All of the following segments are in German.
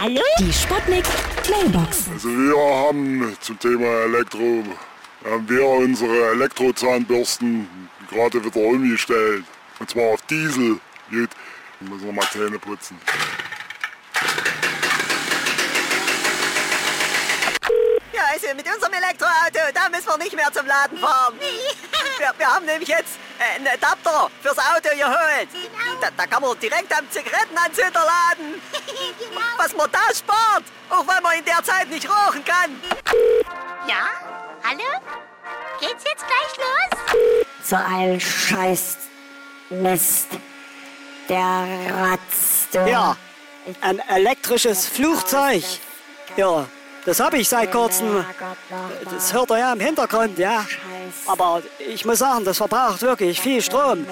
Hallo? Die Sputnik Mailbox. Also wir haben zum Thema Elektro, haben wir unsere Elektrozahnbürsten gerade wieder umgestellt. Und zwar auf Diesel. Gut, dann müssen wir mal Zähne putzen. Ja, also mit unserem Elektroauto, da müssen wir nicht mehr zum Laden fahren. Wir, wir haben nämlich jetzt äh, einen Adapter fürs Auto geholt. Da, da kann man direkt am Zigarettenanzünder laden. Was man da spart, auch wenn man in der Zeit nicht rauchen kann. Ja? Hallo? Geht's jetzt gleich los? So ein Scheiß Mist. Der ratzt. Ja, ein elektrisches Flugzeug. Ja, das habe ich seit Oh kurzem. Das hört ihr ja im Hintergrund, ja. Aber ich muss sagen, das verbraucht wirklich viel Strom.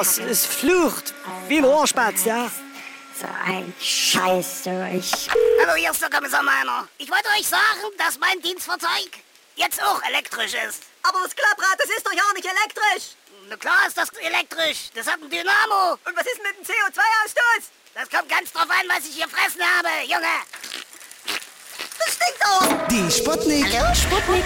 Es, es flucht wie ein Ohrspatz, ja. So ein Scheiß durch. Hallo, hier ist der Kommissar Meiner. Ich wollte euch sagen, dass mein Dienstfahrzeug jetzt auch elektrisch ist. Aber das Klapprad, das ist doch ja nicht elektrisch. Na klar ist das elektrisch. Das hat ein Dynamo. Und was ist mit dem CO2-Ausstoß? Das kommt ganz drauf an, was ich hier fressen habe, Junge. Das stinkt auch. Die Sputnik. Sputnik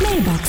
Mailbox.